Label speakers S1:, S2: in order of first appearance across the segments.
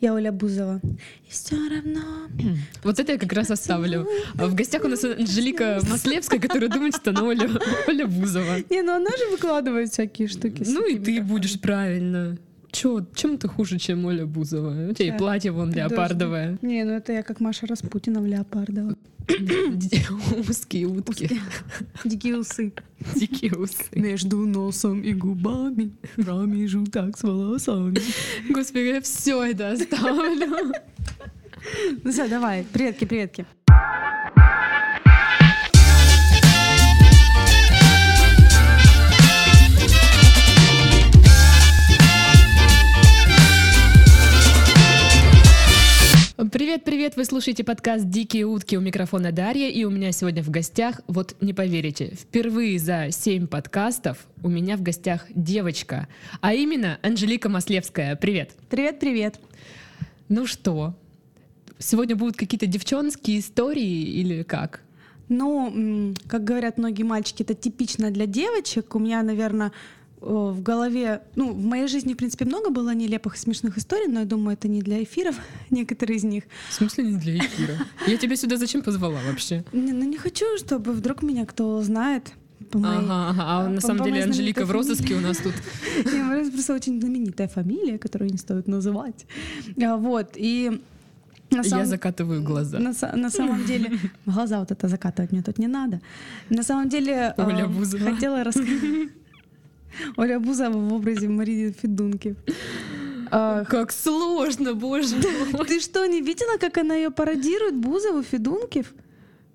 S1: Я Оля Бузова. И все равно.
S2: Вот это я как раз оставлю. А В гостях у нас Анжелика Маслевская, которая думает, что она Оля, Оля Бузова.
S1: Не, ну она же выкладывает всякие штуки. с
S2: Ну и
S1: этими
S2: ты
S1: как-
S2: будешь правильно. Чё, чем ты хуже, чем Оля Бузова? У тебя и
S1: Да.
S2: платье вон
S1: Подожди.
S2: леопардовое.
S1: Не, ну это я как Маша Распутина в леопардово.
S2: Узкие утки.
S1: Дикие усы.
S2: Дикие усы.
S1: Между носом и губами промежуток с волосами.
S2: Господи, я все это оставлю.
S1: Ну все, давай, предки, предки.
S2: Привет-привет, вы слушаете подкаст «Дикие утки» у микрофона Дарья, и у меня сегодня в гостях, вот не поверите, впервые за 7 подкастов у меня в гостях девочка, а именно Анжелика Маслевская. Привет!
S1: Привет, привет.
S2: Ну что, сегодня будут какие-то девчонские истории или как?
S1: Ну, м, как говорят многие мальчики, это типично для девочек. У меня, наверное, в голове, ну, в моей жизни, в принципе, много было нелепых и смешных историй, но я думаю, это не для эфиров, некоторые из них.
S2: В смысле не для эфира? Я тебя сюда зачем позвала вообще?
S1: Не, ну, не хочу, чтобы вдруг меня кто знает по моей...
S2: Ага, ага, а на
S1: по-
S2: самом
S1: по
S2: деле
S1: моей
S2: Анжелика в
S1: знаменитой
S2: розыске у нас тут.
S1: Не, у меня просто очень знаменитая фамилия, которую не стоит называть. А, Вот, и... на
S2: Я
S1: самом-
S2: закатываю глаза.
S1: На, са- на самом деле, глаза вот это закатывать мне тут не надо. На самом деле, э,
S2: Оля Бузова.
S1: хотела рассказать. Оля Бузова в образе Марии Федунки. Э,
S2: Как сложно, боже мой.
S1: Ты что, не видела, как она ее пародирует, Бузову, Федункив?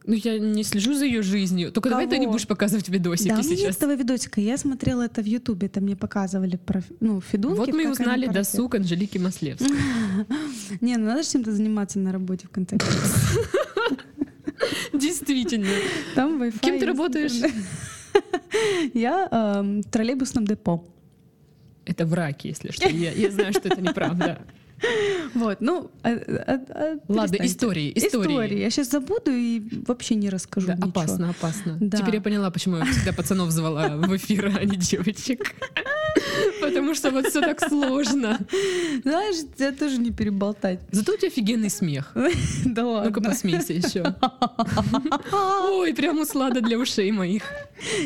S2: Ну, я не слежу за ее жизнью. Только давай ты не
S1: Кого?
S2: будешь показывать видосики
S1: да, у меня нет
S2: сейчас.
S1: этого видосика. Я смотрела это в Ютубе, там мне показывали про Ф- ну, Федункив.
S2: Вот мы
S1: как
S2: и
S1: она
S2: узнали
S1: пародирует.
S2: досуг Анжелики Маслевской.
S1: Не, ну надо же чем-то заниматься на работе в конце концов.
S2: Действительно.
S1: Там Wi-Fi.
S2: Кем ты
S1: есть
S2: работаешь?
S1: интернет. Я эм, в троллейбусном депо.
S2: Это враки, если что. Я, я знаю, что это неправда.
S1: Вот, ну, а- а- а-
S2: Ладно,
S1: перестаньте.
S2: истории, истории.
S1: Я сейчас забуду и вообще не расскажу
S2: Да,
S1: ничего.
S2: опасно, опасно.
S1: Да.
S2: Теперь я поняла, почему я всегда пацанов звала в эфир, а не девочек. Потому что вот все так сложно.
S1: Знаешь, тебя тоже не переболтать.
S2: Зато у тебя офигенный смех.
S1: Да ладно.
S2: Ну-ка посмейся еще. Ой, прям услада для ушей моих.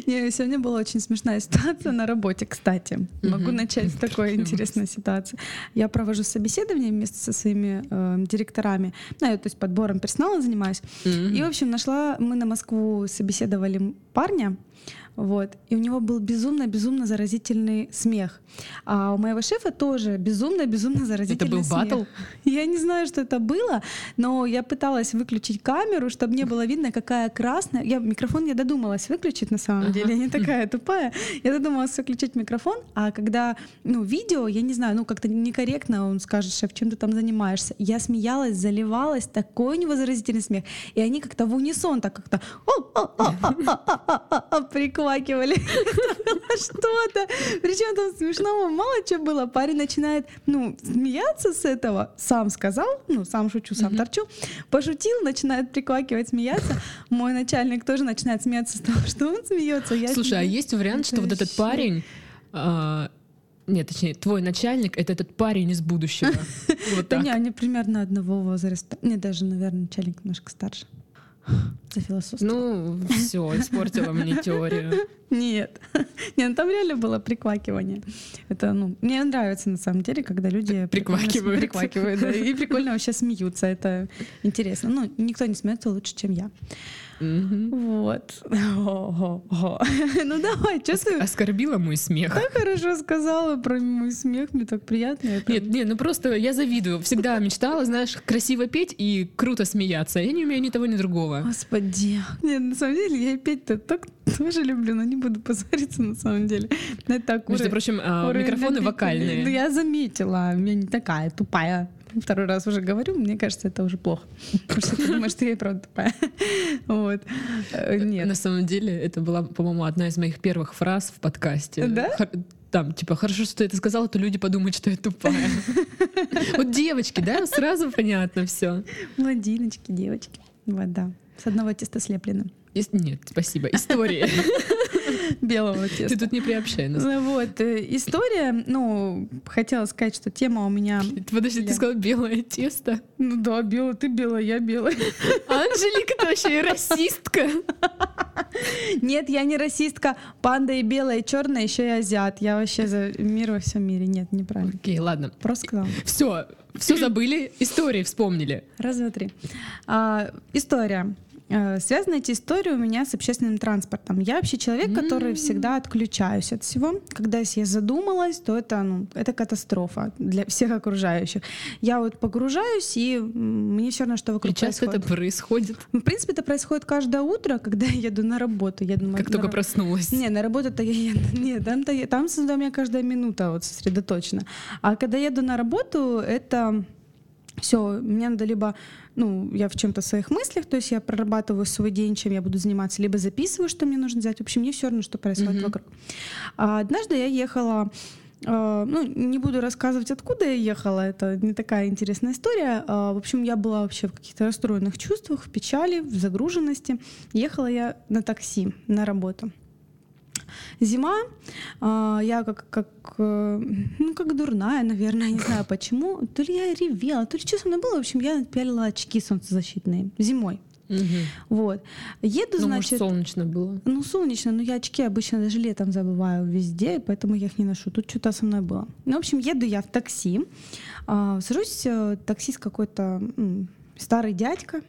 S1: Не, сегодня была очень смешная ситуация на работе, кстати. Могу
S2: Мгм.
S1: начать с такой интересной ситуации. Я провожу собеседование вместе со своими э, директорами. Ну, я, то есть подбором персонала занимаюсь. И, в
S2: Мгм.
S1: общем, нашла, мы на Москву собеседовали м- парня, вот, и у него был безумно-безумно заразительный смех. А у моего шефа тоже безумно-безумно
S2: Это
S1: заразительный
S2: был
S1: смех.
S2: батл?
S1: Я не знаю, что это было, но я пыталась выключить камеру, чтобы не было видно, какая красная. Я микрофон я додумалась выключить на самом
S2: Ага.
S1: деле, я не такая тупая. Я додумалась выключить микрофон, а когда ну видео, я не знаю, ну как-то некорректно он скажет, шеф, чем ты там занимаешься. Я смеялась, заливалась, такой у него заразительный смех, и они как-то в унисон так как-то «О-о-о-о-о-о-о-о-о», А, приквакивали что-то. Причем там смешного мало чего было. Парень начинает, ну, смеяться с этого. Сам сказал, ну, сам шучу, сам торчу. Пошутил, начинает приквакивать, смеяться. Мой начальник тоже начинает смеяться с того, что он смеется. Я
S2: Слушай, а есть вариант, что
S1: это
S2: вот этот
S1: вообще-
S2: парень... а, Нет, точнее, твой начальник — это этот парень из будущего. Вот
S1: Да
S2: так.
S1: не, они примерно одного возраста. Не, даже, наверное, начальник немножко старше. За философство.
S2: Ну, все, испортила мне теорию.
S1: Нет. Не, ну там реально было приквакивание. Это, ну, мне нравится на самом деле, когда люди прикольно см- приквакивают
S2: Приквакивают.
S1: да, и прикольно вообще смеются. Это интересно. Ну, никто не смеется лучше, чем я.
S2: Мгм.
S1: Вот. Го-го-го. Ну давай, чувствую.
S2: Оскорбила мой смех.
S1: Так хорошо сказала про мой смех, мне так приятно. я прям-
S2: Нет, не, ну просто я завидую. Всегда мечтала, знаешь, красиво петь и круто смеяться. Я не умею ни того, ни другого.
S1: Господи. Нет, на самом деле я и петь-то так тоже люблю, но не буду позориться на самом деле. Но это так
S2: Между
S1: уровень-
S2: прочим, а,
S1: Уровень
S2: микрофоны
S1: любителей. Ну,
S2: вокальные.
S1: я заметила, я не такая тупая. Второй раз уже говорю, мне кажется, это уже плохо. Потому что ты думаешь, что я и правда тупая. Вот. Э, Нет.
S2: На самом деле, это была, по-моему, одна из моих первых фраз в подкасте.
S1: Да?
S2: Хор- Там, типа, хорошо, что ты это сказала, а то люди подумают, что я тупая. Вот девочки, да, сразу понятно все.
S1: Младиночки, девочки. Вот, да. С одного теста слеплены.
S2: Нет, спасибо. История.
S1: белого теста.
S2: Ты тут не приобщай нас.
S1: Ну Вот, э, история, ну, хотела сказать, что тема у меня...
S2: Подожди, ты
S1: Бля.
S2: сказала белое тесто.
S1: Ну да, белая, ты белая, я белая.
S2: Анжелика, ты вообще и расистка.
S1: Нет, я не расистка. Панда и белая, и черная, еще и азиат. Я вообще за мир во всем мире. Нет, неправильно.
S2: Окей, ладно.
S1: Просто сказала.
S2: Все, все забыли, истории вспомнили.
S1: Раз, два, три. А, история. Э, Связаны эти истории у меня с общественным транспортом. Я вообще человек, который
S2: М.
S1: всегда отключаюсь от всего. Когда если я задумалась, то это, ну, это катастрофа для всех окружающих. Я вот погружаюсь, и м, мне все равно, что вокруг
S2: Сейчас
S1: происходит.
S2: это происходит,
S1: Ну, В принципе, это происходит каждое утро, когда я еду на работу. Я думаю,
S2: как
S1: на
S2: только
S1: раб-
S2: проснулась.
S1: Не, на работу-то я еду. Не, там-то я- там всегда у меня каждая минута вот сосредоточена. А когда еду на работу, это все, мне надо либо, ну, я в чем-то своих мыслях, то есть я прорабатываю свой день, чем я буду заниматься, либо записываю, что мне нужно взять. В общем, мне все равно, что происходит
S2: Мгм.
S1: вокруг. А однажды я ехала, э, ну, не буду рассказывать, откуда я ехала, это не такая интересная история. А, в общем, я была вообще в каких-то расстроенных чувствах, в печали, в загруженности. Ехала я на такси на работу. Зима, а, я как, как, э, ну, как дурная, наверное, не знаю почему. То ли я ревела, то ли что со мной было. В общем, я пялила очки солнцезащитные зимой.
S2: Мгм.
S1: Вот. Еду,
S2: Ну,
S1: значит...
S2: может, солнечно было.
S1: Ну, солнечно, но я очки обычно даже летом забываю везде, поэтому я их не ношу. Тут что-то со мной было. Ну, в общем, еду я в такси, а, сажусь, э, таксист какой-то м, старый дядька,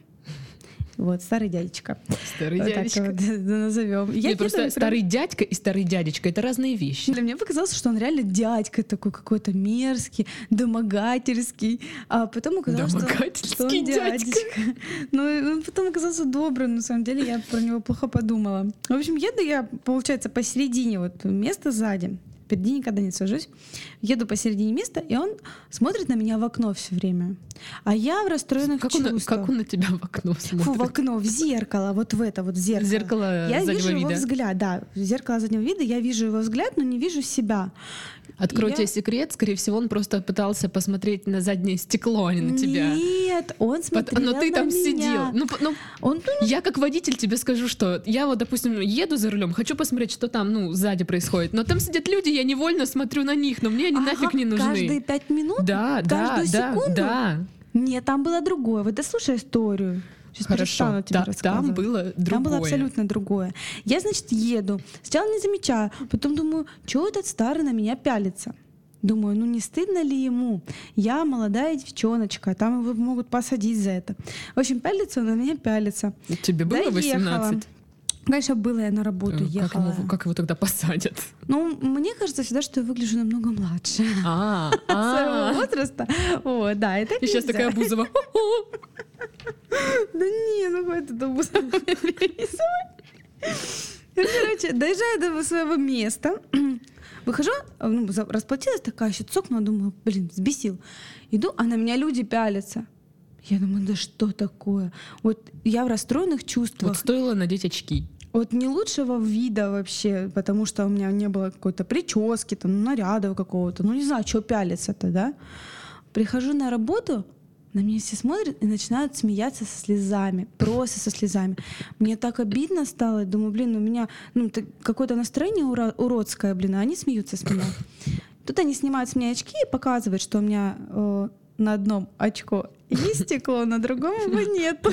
S1: вот, старый дядечка.
S2: Старый
S1: Вот так
S2: дядечка.
S1: вот назовем.
S2: Не, просто старый дядька и старый дядечка — это разные вещи.
S1: Для меня показалось, что он реально дядька такой какой-то мерзкий, домогательский. А потом оказалось, что, что он
S2: Домогательский дядька.
S1: дядечка. Ну, и он потом оказался добрым, на самом деле я про него плохо подумала. В общем, еду я, получается, посередине вот места сзади. Впереди никогда не сажусь. Еду посередине места, и он смотрит на меня в окно все время. А я в расстроенных
S2: Как он,
S1: чувствах.
S2: как он на тебя в окно
S1: Фу, в
S2: смотрит?
S1: окно, в зеркало, вот в это вот в зеркало.
S2: Зеркало
S1: Я
S2: заднего
S1: вижу его
S2: вида.
S1: взгляд, да, в зеркало заднего вида, я вижу его взгляд, но не вижу себя.
S2: Открою
S1: Я-
S2: тебе секрет, скорее всего, он просто пытался посмотреть на заднее стекло, а не на тебя.
S1: Нет, он
S2: Пот-
S1: смотрел
S2: но ты
S1: на
S2: там
S1: меня.
S2: сидел. Ну, п- ну,
S1: Он тут
S2: я как водитель тебе скажу, что я вот, допустим, еду за рулем, хочу посмотреть, что там, ну, сзади происходит. Но там сидят люди, я невольно смотрю на них, но мне они
S1: ага,
S2: нафиг не нужны.
S1: А, Каждые пять минут?
S2: да, да,
S1: каждую
S2: да,
S1: секунду?
S2: да.
S1: Нет, там было другое. Вот дослушай историю. Сейчас
S2: Хорошо.
S1: перестану тебе
S2: Та-
S1: рассказывать.
S2: там было другое.
S1: Там было абсолютно другое. Я, значит, еду. Сначала не замечаю, потом думаю, что этот старый на меня пялится. Думаю, ну не стыдно ли ему? Я молодая девчоночка, там его могут посадить за это. В общем, пялится он на меня, пялится.
S2: Тебе было
S1: Доехала.
S2: 18?
S1: Конечно, было я на работу,
S2: Э, Как
S1: ехала.
S2: его, как его тогда посадят?
S1: Ну, мне кажется всегда, что я выгляжу намного младше
S2: А,
S1: своего
S2: а.
S1: возраста. Вот, да, это
S2: И сейчас такая «Хм, Бузова. «Хо-хо».
S1: Да не, ну хватит это перерисовать. Короче, доезжаю до своего места, выхожу, а, ну, за- расплатилась такая, еще цокнула, думаю, блин, сбесил. Иду, а на меня люди пялятся. Я думаю, да что такое? Вот я в расстроенных чувствах.
S2: Вот стоило надеть очки.
S1: Вот не лучшего вида вообще, потому что у меня не было какой-то прически, там, наряда какого-то. Ну, не знаю, что пялиться-то, да? Прихожу на работу, на меня все смотрят и начинают смеяться со слезами, просто со слезами. Мне так обидно стало, думаю, блин, у меня ну, так- какое-то настроение ура- уродское, блин, а они смеются с меня. Тут они снимают с меня очки и показывают, что у меня э, на одном очко есть стекло, на другом его нету.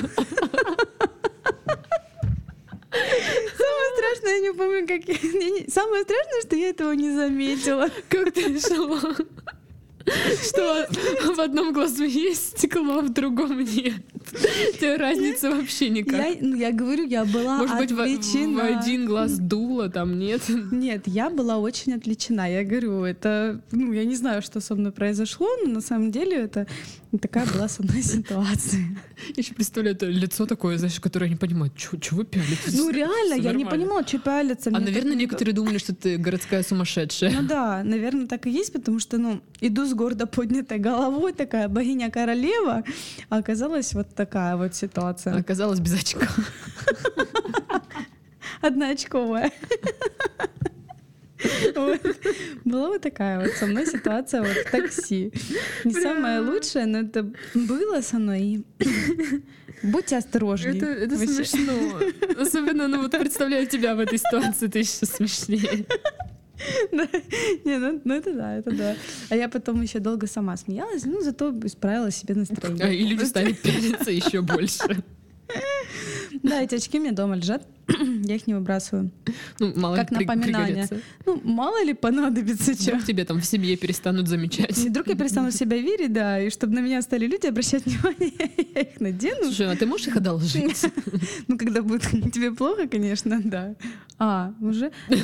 S1: Самое страшное, я не помню, как я- я не- Самое страшное, что я этого не заметила.
S2: Как ты жила? Что в одном глазу есть стекло, а в другом нет. Тебе разницы вообще никак.
S1: Я, ну, я говорю, я была
S2: Может быть, в, в
S1: отвлечена.
S2: один глаз дуло, там нет.
S1: Нет, я была очень отвлечена. Я говорю, это, ну, я не знаю, что со мной произошло, но на самом деле это такая была со мной ситуация.
S2: Еще представляю это лицо такое, знаешь, которое не понимает, чего вы пялитесь?
S1: Ну, реально,
S2: Всё
S1: я не
S2: нормально.
S1: понимала, что пялится.
S2: А, наверное, некоторые думали, что ты городская сумасшедшая.
S1: Ну да, наверное, так и есть, потому что, ну, иду с гордо поднятой головой, такая богиня-королева, а оказалась вот такая вот ситуация.
S2: Оказалось, без очка.
S1: Одноочковая. Вот. Была вот такая вот со мной ситуация вот в такси. Не
S2: Бля.
S1: самое лучшее, но это было со мной. и Будьте осторожнее.
S2: Это, это
S1: Вообще.
S2: смешно. Особенно, ну вот представляю тебя в этой ситуации, ты еще смешнее.
S1: Да. Не, ну, ну это да, это да. А я потом еще долго сама смеялась, ну зато исправила себе
S2: А,
S1: настроение.
S2: И люди стали пялиться еще больше.
S1: Да, эти очки у меня дома лежат, я их не выбрасываю.
S2: Ну, мало
S1: Как
S2: ли, при-
S1: напоминание.
S2: пригодятся.
S1: Ну, мало ли понадобится что.
S2: Вдруг тебе там в семье перестанут замечать.
S1: И вдруг я перестану в себя верить, да, и чтобы на меня стали люди обращать внимание, я их надену.
S2: Слушай, а ты можешь их одолжить?
S1: Ну, когда будет тебе плохо, конечно, да. А, уже? Ну,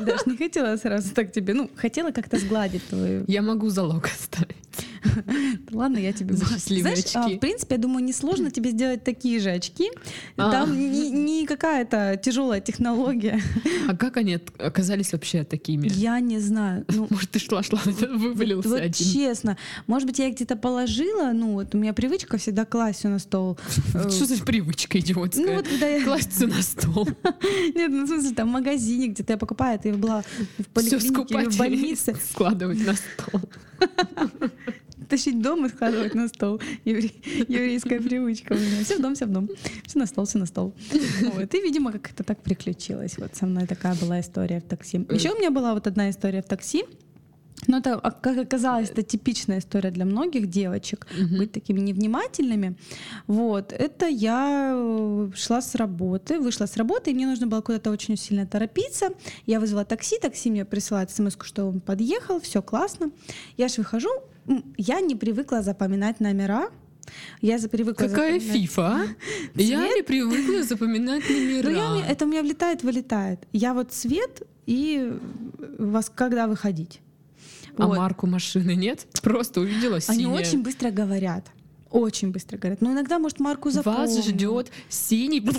S1: Даже не хотела сразу так тебе. Ну, хотела как-то сгладить твою.
S2: Я могу залог оставить.
S1: Ладно, я тебе...
S2: За
S1: буду-
S2: счастливые
S1: Знаешь, а,
S2: очки.
S1: в принципе, я думаю, несложно тебе сделать такие же очки.
S2: А.
S1: Там не, не какая-то тяжелая технология.
S2: А как они от- оказались вообще такими?
S1: Я не знаю. Ну,
S2: Может, ты шла-шла, вывалился
S1: Вот
S2: один.
S1: честно, может быть, я их где-то положила, ну вот у меня привычка всегда класть всё на стол. Э,
S2: Что за привычка
S1: Ну
S2: идиотская?
S1: вот когда я...
S2: Класть всё на стол.
S1: Нет, ну в смысле, там в магазине где-то я покупаю, это я была в
S2: Все
S1: поликлинике или
S2: скупать
S1: в больнице.
S2: и складывать на стол.
S1: Тащить дом и складывать на стол. Евре- Еврейская привычка у меня. Все в дом, все в дом. Все на стол, все на стол. Вот. И, видимо, как это так приключилось. Вот со мной такая была история в такси. Еще у меня была вот одна история в такси. Но это, а, как оказалось, это типичная история для многих девочек. быть такими невнимательными. Вот, это я э, шла с работы, вышла с работы, и мне нужно было куда-то очень сильно торопиться. Я вызвала такси, такси мне присылает смс что он подъехал, все классно. Я же выхожу, м, я не привыкла запоминать номера, я за- привыкла
S2: Какая
S1: запоминать-
S2: фифа, а? Я не привыкла запоминать
S1: Ну, я мне-
S2: номера.
S1: это у меня влетает, вылетает. Я вот цвет и э, вас когда выходить.
S2: А
S1: Вот.
S2: марку машины нет? Просто увидела
S1: Они
S2: синяя.
S1: очень быстро говорят. Очень быстро говорят. Но иногда, может, марку запомнила.
S2: Вас ждет синий.
S1: Да,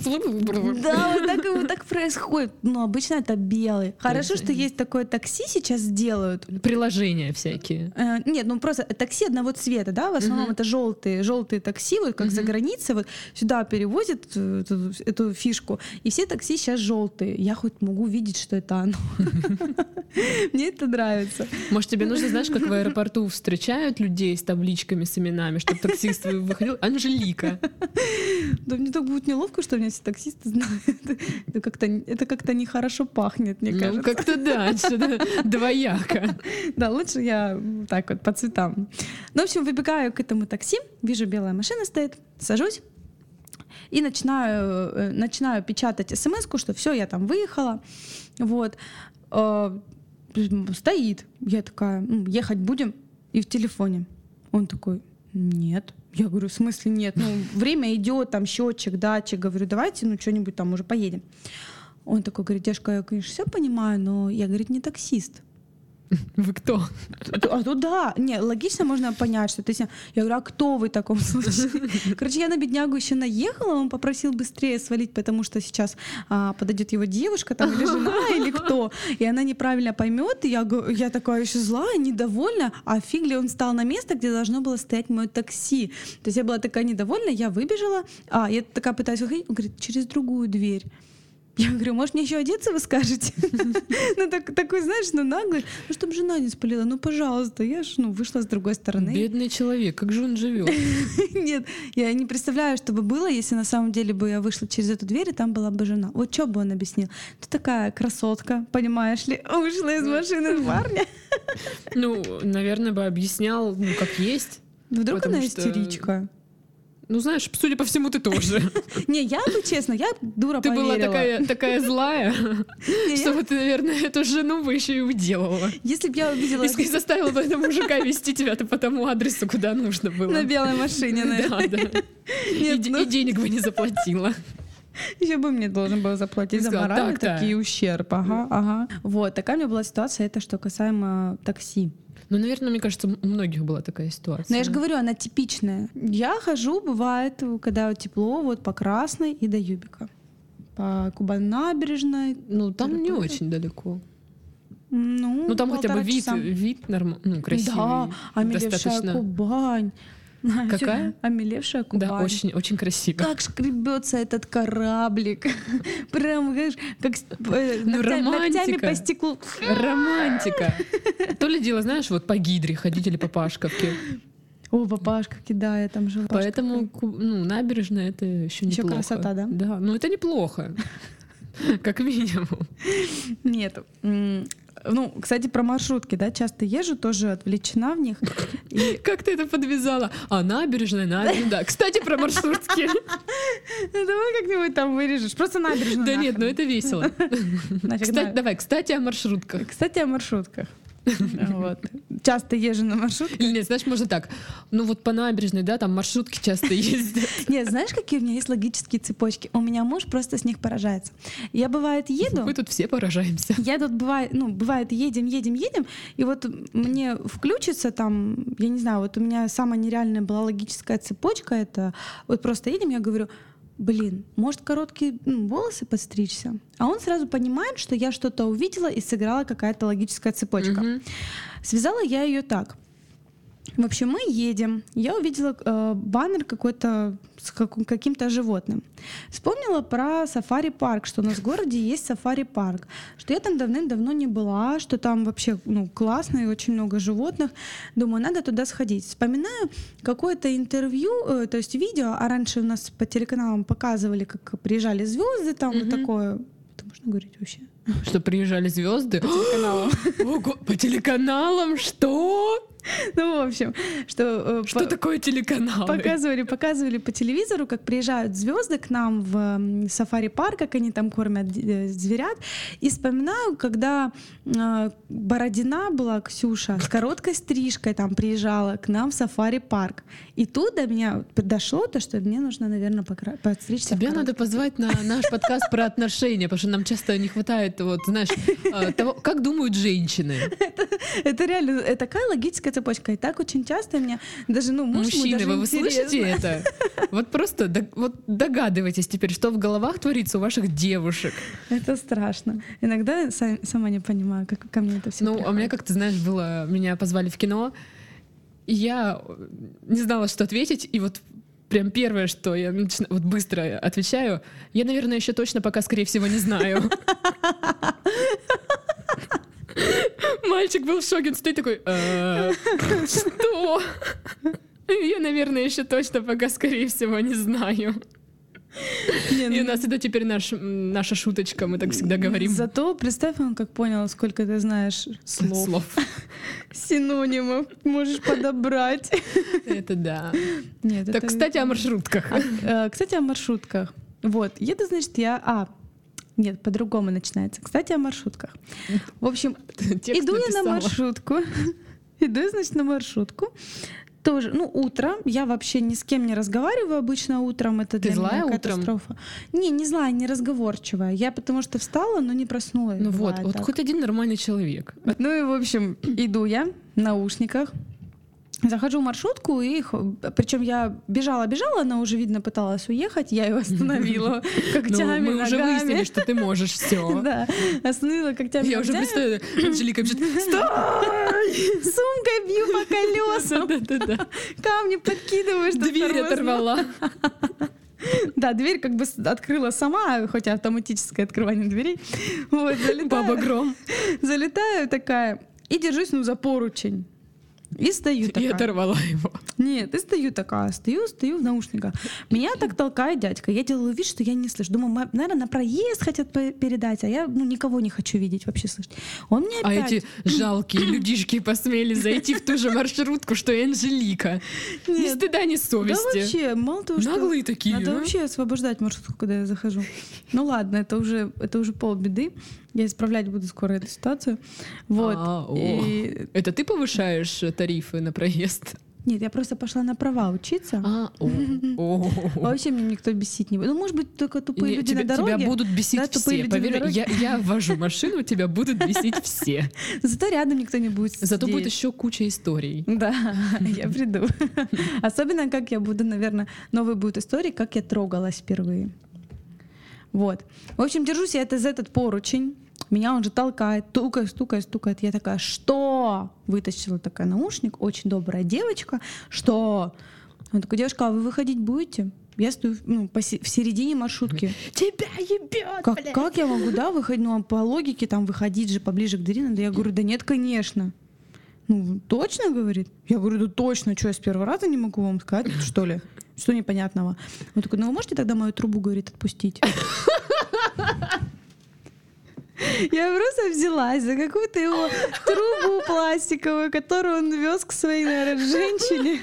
S1: вот так, и вот так происходит. Но обычно это белый. Хорошо, что есть такое такси сейчас делают.
S2: Приложения всякие.
S1: Э, Нет, ну просто такси одного цвета, да, в основном
S2: Мгм.
S1: это желтые, желтые такси, вот как за границей, вот сюда перевозят э, эту, эту фишку, и все такси сейчас желтые. Я хоть могу видеть, что это оно. Мне это нравится.
S2: Может, тебе нужно, знаешь, как в аэропорту встречают людей с табличками, с именами, чтобы таксист выходил? Анжелика.
S1: Да мне так будет неловко, что меня все таксисты знают. Это как-то это как-то нехорошо пахнет, мне
S2: Ну,
S1: кажется.
S2: как-то да, что-то двояко.
S1: Да, лучше я вот так вот по цветам. Ну, в общем, выбегаю к этому такси, вижу белая машина стоит, сажусь и начинаю, э, начинаю печатать смс что все, я там выехала. Вот. Э, м, Стоит. Я такая, «М, ехать будем? И в телефоне. Он такой, нет. Я говорю, в смысле нет? Ну, время идет, там счетчик, датчик. Говорю, давайте, ну, что-нибудь там уже поедем. Он такой говорит, девушка, я, конечно, все понимаю, но я, говорит, не таксист.
S2: Вы кто?
S1: А то да, не, логично можно понять, что ты с ним- Я говорю, а кто вы в таком случае? Короче, я на беднягу еще наехала, он попросил быстрее свалить, потому что сейчас а, подойдет его девушка там или жена или кто, и она неправильно поймет, и я, го- я такая еще злая, недовольна, а фиг ли он встал на место, где должно было стоять мое такси. То есть я была такая недовольна, я выбежала, а я такая пытаюсь выходить, он говорит, через другую дверь. Я говорю, может, мне еще одеться вы скажете? Ну, так- такой, знаешь, ну, наглый. Ну, чтобы жена не спалила, ну, пожалуйста. Я ж, ну, вышла с другой стороны.
S2: Бедный человек, как же он живет?
S1: Нет, я не представляю, что бы было, если на самом деле бы я вышла через эту дверь, и там была бы жена. Вот что бы он объяснил? Ты такая красотка, понимаешь ли, вышла из машины парня.
S2: Ну, наверное, бы объяснял, ну, как есть.
S1: Вдруг
S2: Потому
S1: она
S2: что-
S1: истеричка.
S2: Ну, знаешь, судя по всему, ты тоже.
S1: Не, я бы, честно, я б, дура
S2: Ты
S1: поверила.
S2: была такая, такая злая,
S1: Не,
S2: что
S1: я-
S2: вот ты, наверное, эту жену бы еще и уделала.
S1: Если бы я увидела
S2: И ск- заставила бы этого мужика вести тебя по тому адресу, куда нужно было.
S1: на белой машине, наверное.
S2: Да, да. И
S1: Нет,
S2: де-
S1: ну,
S2: и денег бы не заплатила.
S1: Еще бы мне должен был заплатить за
S2: Сказала,
S1: моральный
S2: «Так-то».
S1: такие ущерб. Ага, ага. Вот, такая у меня была ситуация, это что касаемо такси.
S2: Ну, наверное, мне кажется, у многих была такая ситуация.
S1: Но Ну, я же говорю, она типичная. Я хожу, бывает, когда тепло, вот по Красной и до Юбика. По Кубанабережной.
S2: Ну, там не
S1: Территория.
S2: очень далеко.
S1: Ну,
S2: Ну, там хотя бы
S1: полтора
S2: вид,
S1: часа.
S2: вид норм- ну, красивый.
S1: Да, а Мелевшая
S2: достаточно.
S1: Кубань.
S2: Какая?
S1: Омелевшая Кубань.
S2: Да, очень, очень красиво.
S1: Как шкребется этот кораблик. Прям, знаешь, как с- э, ногтя- ногтями
S2: Ну, романтика.
S1: по стеклу.
S2: Романтика. То ли дело, знаешь, вот по гидре ходить или по Пашковке.
S1: О, папашка, кидай, я там жила.
S2: Поэтому ку- ну, набережная это еще
S1: Ещё
S2: неплохо.
S1: красота, да?
S2: Да, ну это неплохо. Как минимум.
S1: Нет. м, Ну, кстати, про маршрутки, да, часто езжу, тоже отвлечена в них. И
S2: Как ты это подвязала? А набережная, набережная. Да, кстати, про маршрутки.
S1: Ну, давай как-нибудь там вырежешь. Просто набережную.
S2: Да нет, ну
S1: нахрен.
S2: это весело.
S1: Нафиг
S2: Кстати,
S1: на-
S2: давай, кстати, о маршрутках.
S1: Кстати, о маршрутках. Вот. Часто езжу на маршрутке.
S2: Или нет, знаешь, можно так. Ну вот по набережной, да, там маршрутки часто ездят.
S1: Нет, знаешь, какие у меня есть логические цепочки? У меня муж просто с них поражается. Я бывает еду,
S2: Мы тут все поражаемся.
S1: Я тут бывает, ну, бывает, едем, едем, едем, и вот мне включится там, я не знаю, вот у меня самая нереальная была логическая цепочка, это вот просто едем, я говорю, блин, может короткие ну, волосы подстричься? А он сразу понимает, что я что-то увидела и сыграла какая-то логическая цепочка.
S2: Мгм.
S1: Связала я ее так. В общем, мы едем. Я увидела э, баннер какой-то с каку- каким-то животным. Вспомнила про сафари-парк, что у нас в городе есть сафари-парк, что я там давным-давно не была, что там вообще ну, классно и очень много животных. Думаю, надо туда сходить. Вспоминаю какое-то интервью, э, то есть видео, а раньше у нас по телеканалам показывали, как приезжали звезды, там вот
S2: Мгм.
S1: такое. Это можно говорить вообще?
S2: Что приезжали звезды.
S1: Телеканалам.
S2: Ого, по телеканалам что?
S1: Ну, в общем, что... э,
S2: Что
S1: по-
S2: такое телеканал?
S1: Показывали, показывали по телевизору, как приезжают звезды к нам в м, сафари-парк, как они там кормят э, зверят. И вспоминаю, когда э, Бородина была, Ксюша, с короткой стрижкой там приезжала к нам в сафари-парк. И тут до меня дошло то, что мне нужно, наверное, покра- подстричься. в
S2: Тебя
S1: коротко.
S2: надо позвать на наш подкаст про отношения, потому что нам часто не хватает, вот, знаешь, э, того, как думают женщины.
S1: Это реально э, такая логическая цепочка. И так очень часто мне даже, ну, муж ему
S2: Мужчины,
S1: даже
S2: вы, вы
S1: интересно.
S2: слышите это? Вот просто дог- вот догадывайтесь теперь, что в головах творится у ваших девушек.
S1: Это страшно. Иногда я са- сама не понимаю, как ко мне это все
S2: ну, а у меня, как ты знаешь, было, меня позвали в кино, и я э, не знала, что ответить, и вот прям первое, что я начина- вот быстро отвечаю, я, наверное, еще точно пока, скорее всего, не знаю. Мальчик был в шоке, он стоит такой, «Э, что? Я, наверное, еще точно пока, скорее всего, не знаю.
S1: Не,
S2: И
S1: ну,
S2: у нас это теперь наш, м, наша шуточка, мы так всегда говорим.
S1: Зато представь, он как понял, сколько ты знаешь слов.
S2: Слов.
S1: Синонимов можешь подобрать.
S2: Это да.
S1: Нет,
S2: Так,
S1: это-
S2: кстати, о маршрутках.
S1: А, э, Кстати, о маршрутках. Вот, еду, значит, я... А, нет, по-другому начинается. Кстати, о маршрутках. В общем,
S2: Текст
S1: иду я на
S2: написала.
S1: маршрутку. Иду я, значит, на маршрутку. Тоже, ну, утро. Я вообще ни с кем не разговариваю обычно утром. Это
S2: Ты
S1: для
S2: злая
S1: меня
S2: утром?
S1: катастрофа. Не, не злая, не разговорчивая. Я потому что встала, но не проснулась.
S2: Ну вот,
S1: Бывает
S2: вот
S1: так.
S2: хоть один нормальный человек.
S1: Ну и, в общем, иду я в наушниках, захожу в маршрутку, и причем я бежала-бежала, она уже, видно, пыталась уехать, я ее остановила
S2: Ну,
S1: когтями,
S2: мы уже выяснили,
S1: ногами.
S2: что ты можешь все.
S1: Да, остановила когтями,
S2: Я уже
S1: ногтями.
S2: представляю, Анжелика бежит.
S1: Стой! Сумкой бью по колесам,
S2: Да-да-да.
S1: камни подкидываю, чтобы
S2: Дверь
S1: тормознуть.
S2: оторвала.
S1: Да, дверь как бы с- открыла сама, хотя автоматическое открывание дверей. Вот, залетаю.
S2: Баба Гром.
S1: Залетаю такая и держусь, ну, за поручень. И стою
S2: И
S1: такая.
S2: оторвала его.
S1: Нет, и стою такая, стою, стою в наушниках. Меня так толкает дядька. Я делаю вид, что я не слышу. Думаю, наверное, на проезд хотят пе- передать, а я ну, никого не хочу видеть вообще слышать. Он мне
S2: А
S1: опять...
S2: эти жалкие людишки посмели зайти в ту же маршрутку, что и Анжелика. Ни
S1: Нет,
S2: стыда, ни
S1: да
S2: совести.
S1: вообще, мало того, что...
S2: Наглые такие.
S1: Надо
S2: а?
S1: вообще освобождать маршрутку, когда я захожу. Ну ладно, это уже, это уже полбеды. Я исправлять буду скоро эту ситуацию. Вот.
S2: А, о.
S1: И-
S2: Это ты повышаешь э, тарифы на проезд?
S1: Нет, я просто пошла на права учиться. А
S2: А, о, о.
S1: Вообще меня никто бесить не будет. Ну, может быть, только тупые
S2: Не,
S1: люди
S2: тебя,
S1: на
S2: тебя
S1: дороге.
S2: будут бесить
S1: Да, тупые
S2: все.
S1: люди на
S2: Поверь,
S1: дороге.
S2: я, я вожу машину, тебя будут бесить все.
S1: Зато рядом никто не будет
S2: Зато
S1: сидеть.
S2: будет еще куча историй.
S1: Да, я приду. Особенно, как я буду, наверное, новые будут истории, как я трогалась впервые. Вот. В общем, держусь я это за этот поручень. Меня он же толкает, стукает, стукает, стукает. Я такая, что? Вытащила такая наушник, очень добрая девочка. Что? Он такой, девушка, а вы выходить будете? Я стою ну, по се- в середине маршрутки.
S2: Тебя ебет,
S1: Как, как я могу, да, выходить? Ну, а по логике там выходить же поближе к двери надо. Я говорю, да нет, конечно. Ну, точно, говорит? Я говорю, да точно, что я с первого раза не могу вам сказать, что ли? Что непонятного? Он такой, ну вы можете тогда мою трубу, говорит, отпустить? Я просто взялась за какую-то его трубу пластиковую, которую он вез к своей, наверное, женщине.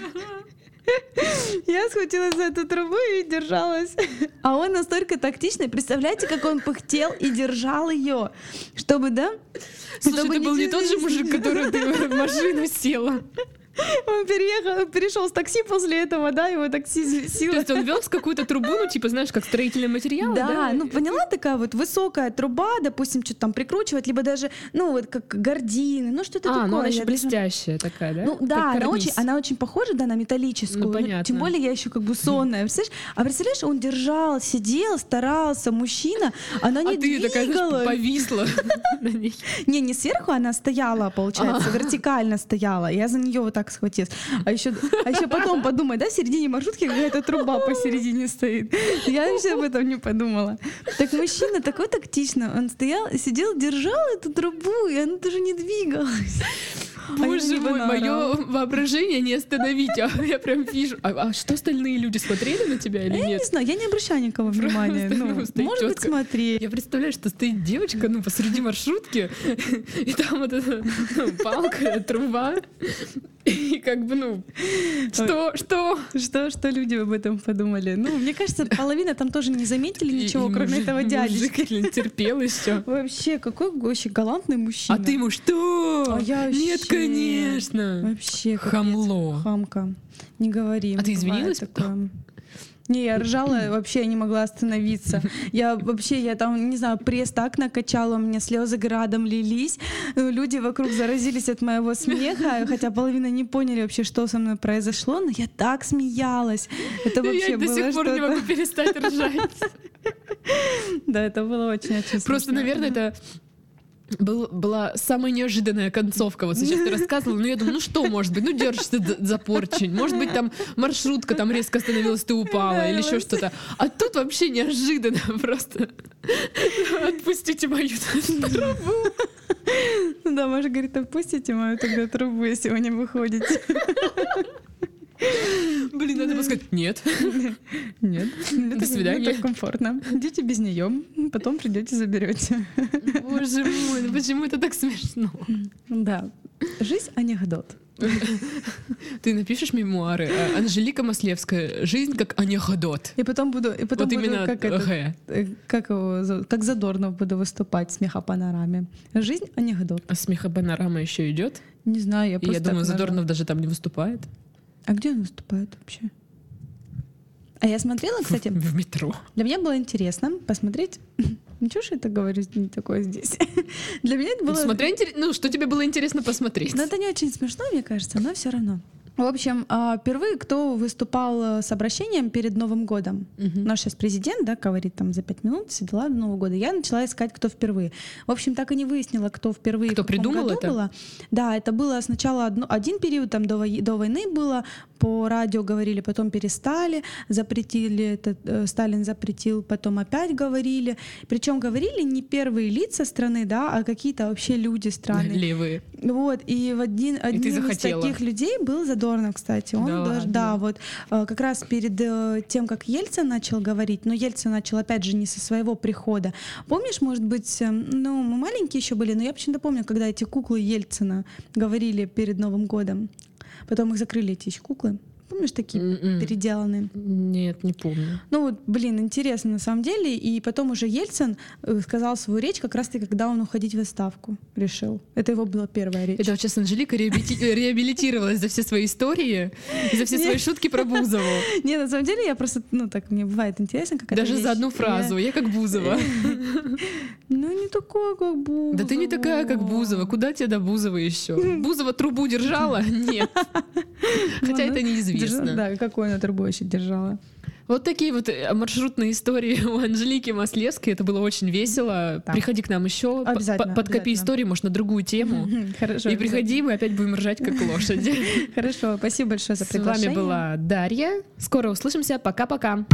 S1: Я схватилась за эту трубу и держалась. А он настолько тактичный. Представляете, как он пыхтел и держал ее, чтобы, да?
S2: Слушай,
S1: чтобы
S2: это был не тот же
S1: связались.
S2: мужик, который ты в машину села.
S1: Он переехал, перешел с такси после этого, да, его такси з-
S2: То
S1: силы.
S2: есть он вез какую-то трубу, ну, типа, знаешь, как строительный материал, да?
S1: да, ну поняла такая вот высокая труба, допустим, что-то там прикручивать, либо даже, ну вот как гардины, ну что-то
S2: а,
S1: такое.
S2: ну она еще
S1: я даже-
S2: блестящая такая, да?
S1: Ну
S2: Как
S1: да, она
S2: карниз.
S1: очень, она очень похожа, да, на металлическую.
S2: Ну,
S1: Ну,
S2: понятно.
S1: Тем более я еще как бы сонная, представляешь? А представляешь, он держал, сидел, старался, мужчина, она не
S2: а ты такая, знаешь,
S1: двигалась.
S2: повисла на ней.
S1: Не, не сверху она стояла,
S2: А.
S1: получается, вертикально стояла. Я за нее вот так схватилась. А еще, а еще потом подумай, да, в середине маршрутки какая-то труба посередине стоит. Я вообще об этом не подумала. Так мужчина такой тактично, он стоял, сидел, держал эту трубу, и она даже не двигалась. А я на
S2: Боже
S1: него
S2: мой, мое
S1: наорала.
S2: воображение не остановить. А я прям вижу. А, а что остальные люди смотрели на тебя или
S1: Я
S2: нет?
S1: не знаю, я не обращаю никого внимания.
S2: Просто,
S1: Ну,
S2: ну, стоит
S1: может быть,
S2: тётка.
S1: смотри.
S2: Я представляю, что стоит девочка, ну, посреди маршрутки, и там вот эта ну, палка, труба, и как бы, ну, что, что?
S1: Что, что люди об этом подумали? Ну, мне кажется, половина там тоже не заметили ничего,
S2: И- и
S1: кроме
S2: мужик- ну,
S1: этого дядечки.
S2: Мужик блин, терпел еще.
S1: Вообще, какой вообще галантный мужчина.
S2: А ты ему что?
S1: А я
S2: Нет,
S1: вообще-
S2: конечно.
S1: Вообще капец.
S2: Хамло.
S1: Хамка. Не говори.
S2: А ты
S1: бывает
S2: извинилась
S1: такое. Не, я ржала, вообще я не могла остановиться. Я вообще, я там, не знаю, пресс так накачала, у меня слезы градом лились. Ну, Люди вокруг заразились от моего смеха, хотя половина не поняли вообще, что со мной произошло, но я так смеялась. Это вообще
S2: Я до
S1: было
S2: сих пор не
S1: что-то-
S2: могу перестать ржать.
S1: Да, это было очень-очень
S2: Просто,
S1: смешно.
S2: наверное, это был- была самая неожиданная концовка. Вот сейчас ты рассказывала, но я думаю, ну что может быть? Ну держишься д- за порчень. Может быть, там маршрутка там резко остановилась, ты упала или еще
S1: Нравилось.
S2: что-то. А тут вообще неожиданно просто. Отпустите мою трубу.
S1: Ну да, Маша говорит, отпустите мою тогда трубу, если вы не выходите.
S2: Блин, надо было сказать, нет.
S1: Нет, мне
S2: До
S1: так- мне
S2: свидания.
S1: так комфортно. Идите без нее, потом придете заберете.
S2: Боже мой, ну почему это так смешно?
S1: Да. Жизнь анекдот.
S2: Ты напишешь мемуары э, Анжелика Маслевская «Жизнь как анекдот».
S1: И потом буду, и потом
S2: Вот
S1: буду
S2: именно
S1: как это,
S2: Г.
S1: э, как его зовут, как Задорнов буду выступать в смехопанораме. Жизнь анекдот.
S2: А смехопанорама еще идет.
S1: Не знаю, я
S2: И
S1: просто.
S2: я думаю,
S1: так нажала.
S2: Задорнов даже там не выступает.
S1: А где он выступает вообще? А я смотрела, кстати,
S2: В метро.
S1: Для меня было интересно посмотреть. Ничего, что я так говорю, не такое здесь. Для меня это было... Ну
S2: Смотря интерес- ну, что тебе было интересно посмотреть.
S1: Но это не очень смешно, мне кажется, но все равно. В общем, а, впервые кто выступал э, с обращением перед Новым годом?
S2: Мгм.
S1: Наш сейчас президент, да, говорит там за пять минут, все дела до Нового года. Я начала искать, кто впервые. В общем, так и не выяснила, кто впервые.
S2: Кто
S1: в каком
S2: придумал
S1: году
S2: это?
S1: было. Да, это было сначала одно- один период, там до, вой- до войны было, по радио говорили, потом перестали, запретили, этот, э, Сталин запретил, потом опять говорили. Причем говорили не первые лица страны, да, а какие-то вообще люди страны.
S2: Левые.
S1: Вот, и в один, одним из
S2: захотела.
S1: таких людей был Задорнов, кстати. Он
S2: Да
S1: да,
S2: ладно?
S1: да, вот э, как раз перед э, тем, как Ельцин начал говорить, но Ельцин начал опять же не со своего прихода. Помнишь, может быть, э, ну, мы маленькие еще были, но я почему-то помню, когда эти куклы Ельцина говорили перед Новым годом. Потом их закрыли, эти еще куклы. Помнишь, такие
S2: М-м.
S1: переделанные?
S2: Нет, не помню.
S1: Ну вот, блин, интересно на самом деле. И потом уже Ельцин э, сказал свою речь как раз-таки, когда он уходить в отставку решил. Это его была первая речь.
S2: Это вот сейчас Анжелика реабилити- э, реабилитировалась за все свои истории, и за все свои
S1: Нет.
S2: шутки про Бузову.
S1: Не, на самом деле я просто, ну так, мне бывает интересно, как это
S2: Даже за
S1: вещь.
S2: одну
S1: Я-
S2: фразу. Я как Бузова.
S1: Ну не такое, как Бузова.
S2: Да ты не такая, как Бузова. Куда тебе до Бузова еще? Бузова трубу держала? Нет. Хотя
S1: Ну,
S2: это
S1: она держа-
S2: неизвестно.
S1: Да, какой она трубу еще держала.
S2: Вот такие вот э, маршрутные истории у Анжелики Маслевской. Это было очень весело.
S1: Да.
S2: Приходи к нам еще. П-
S1: Обязательно,
S2: п- Подкопи
S1: обязательно.
S2: истории, может, на другую тему.
S1: Хорошо.
S2: И приходи, мы опять будем ржать, как лошади.
S1: Хорошо, спасибо большое за
S2: С вами
S1: приглашение.
S2: была Дарья. Скоро услышимся. Пока-пока.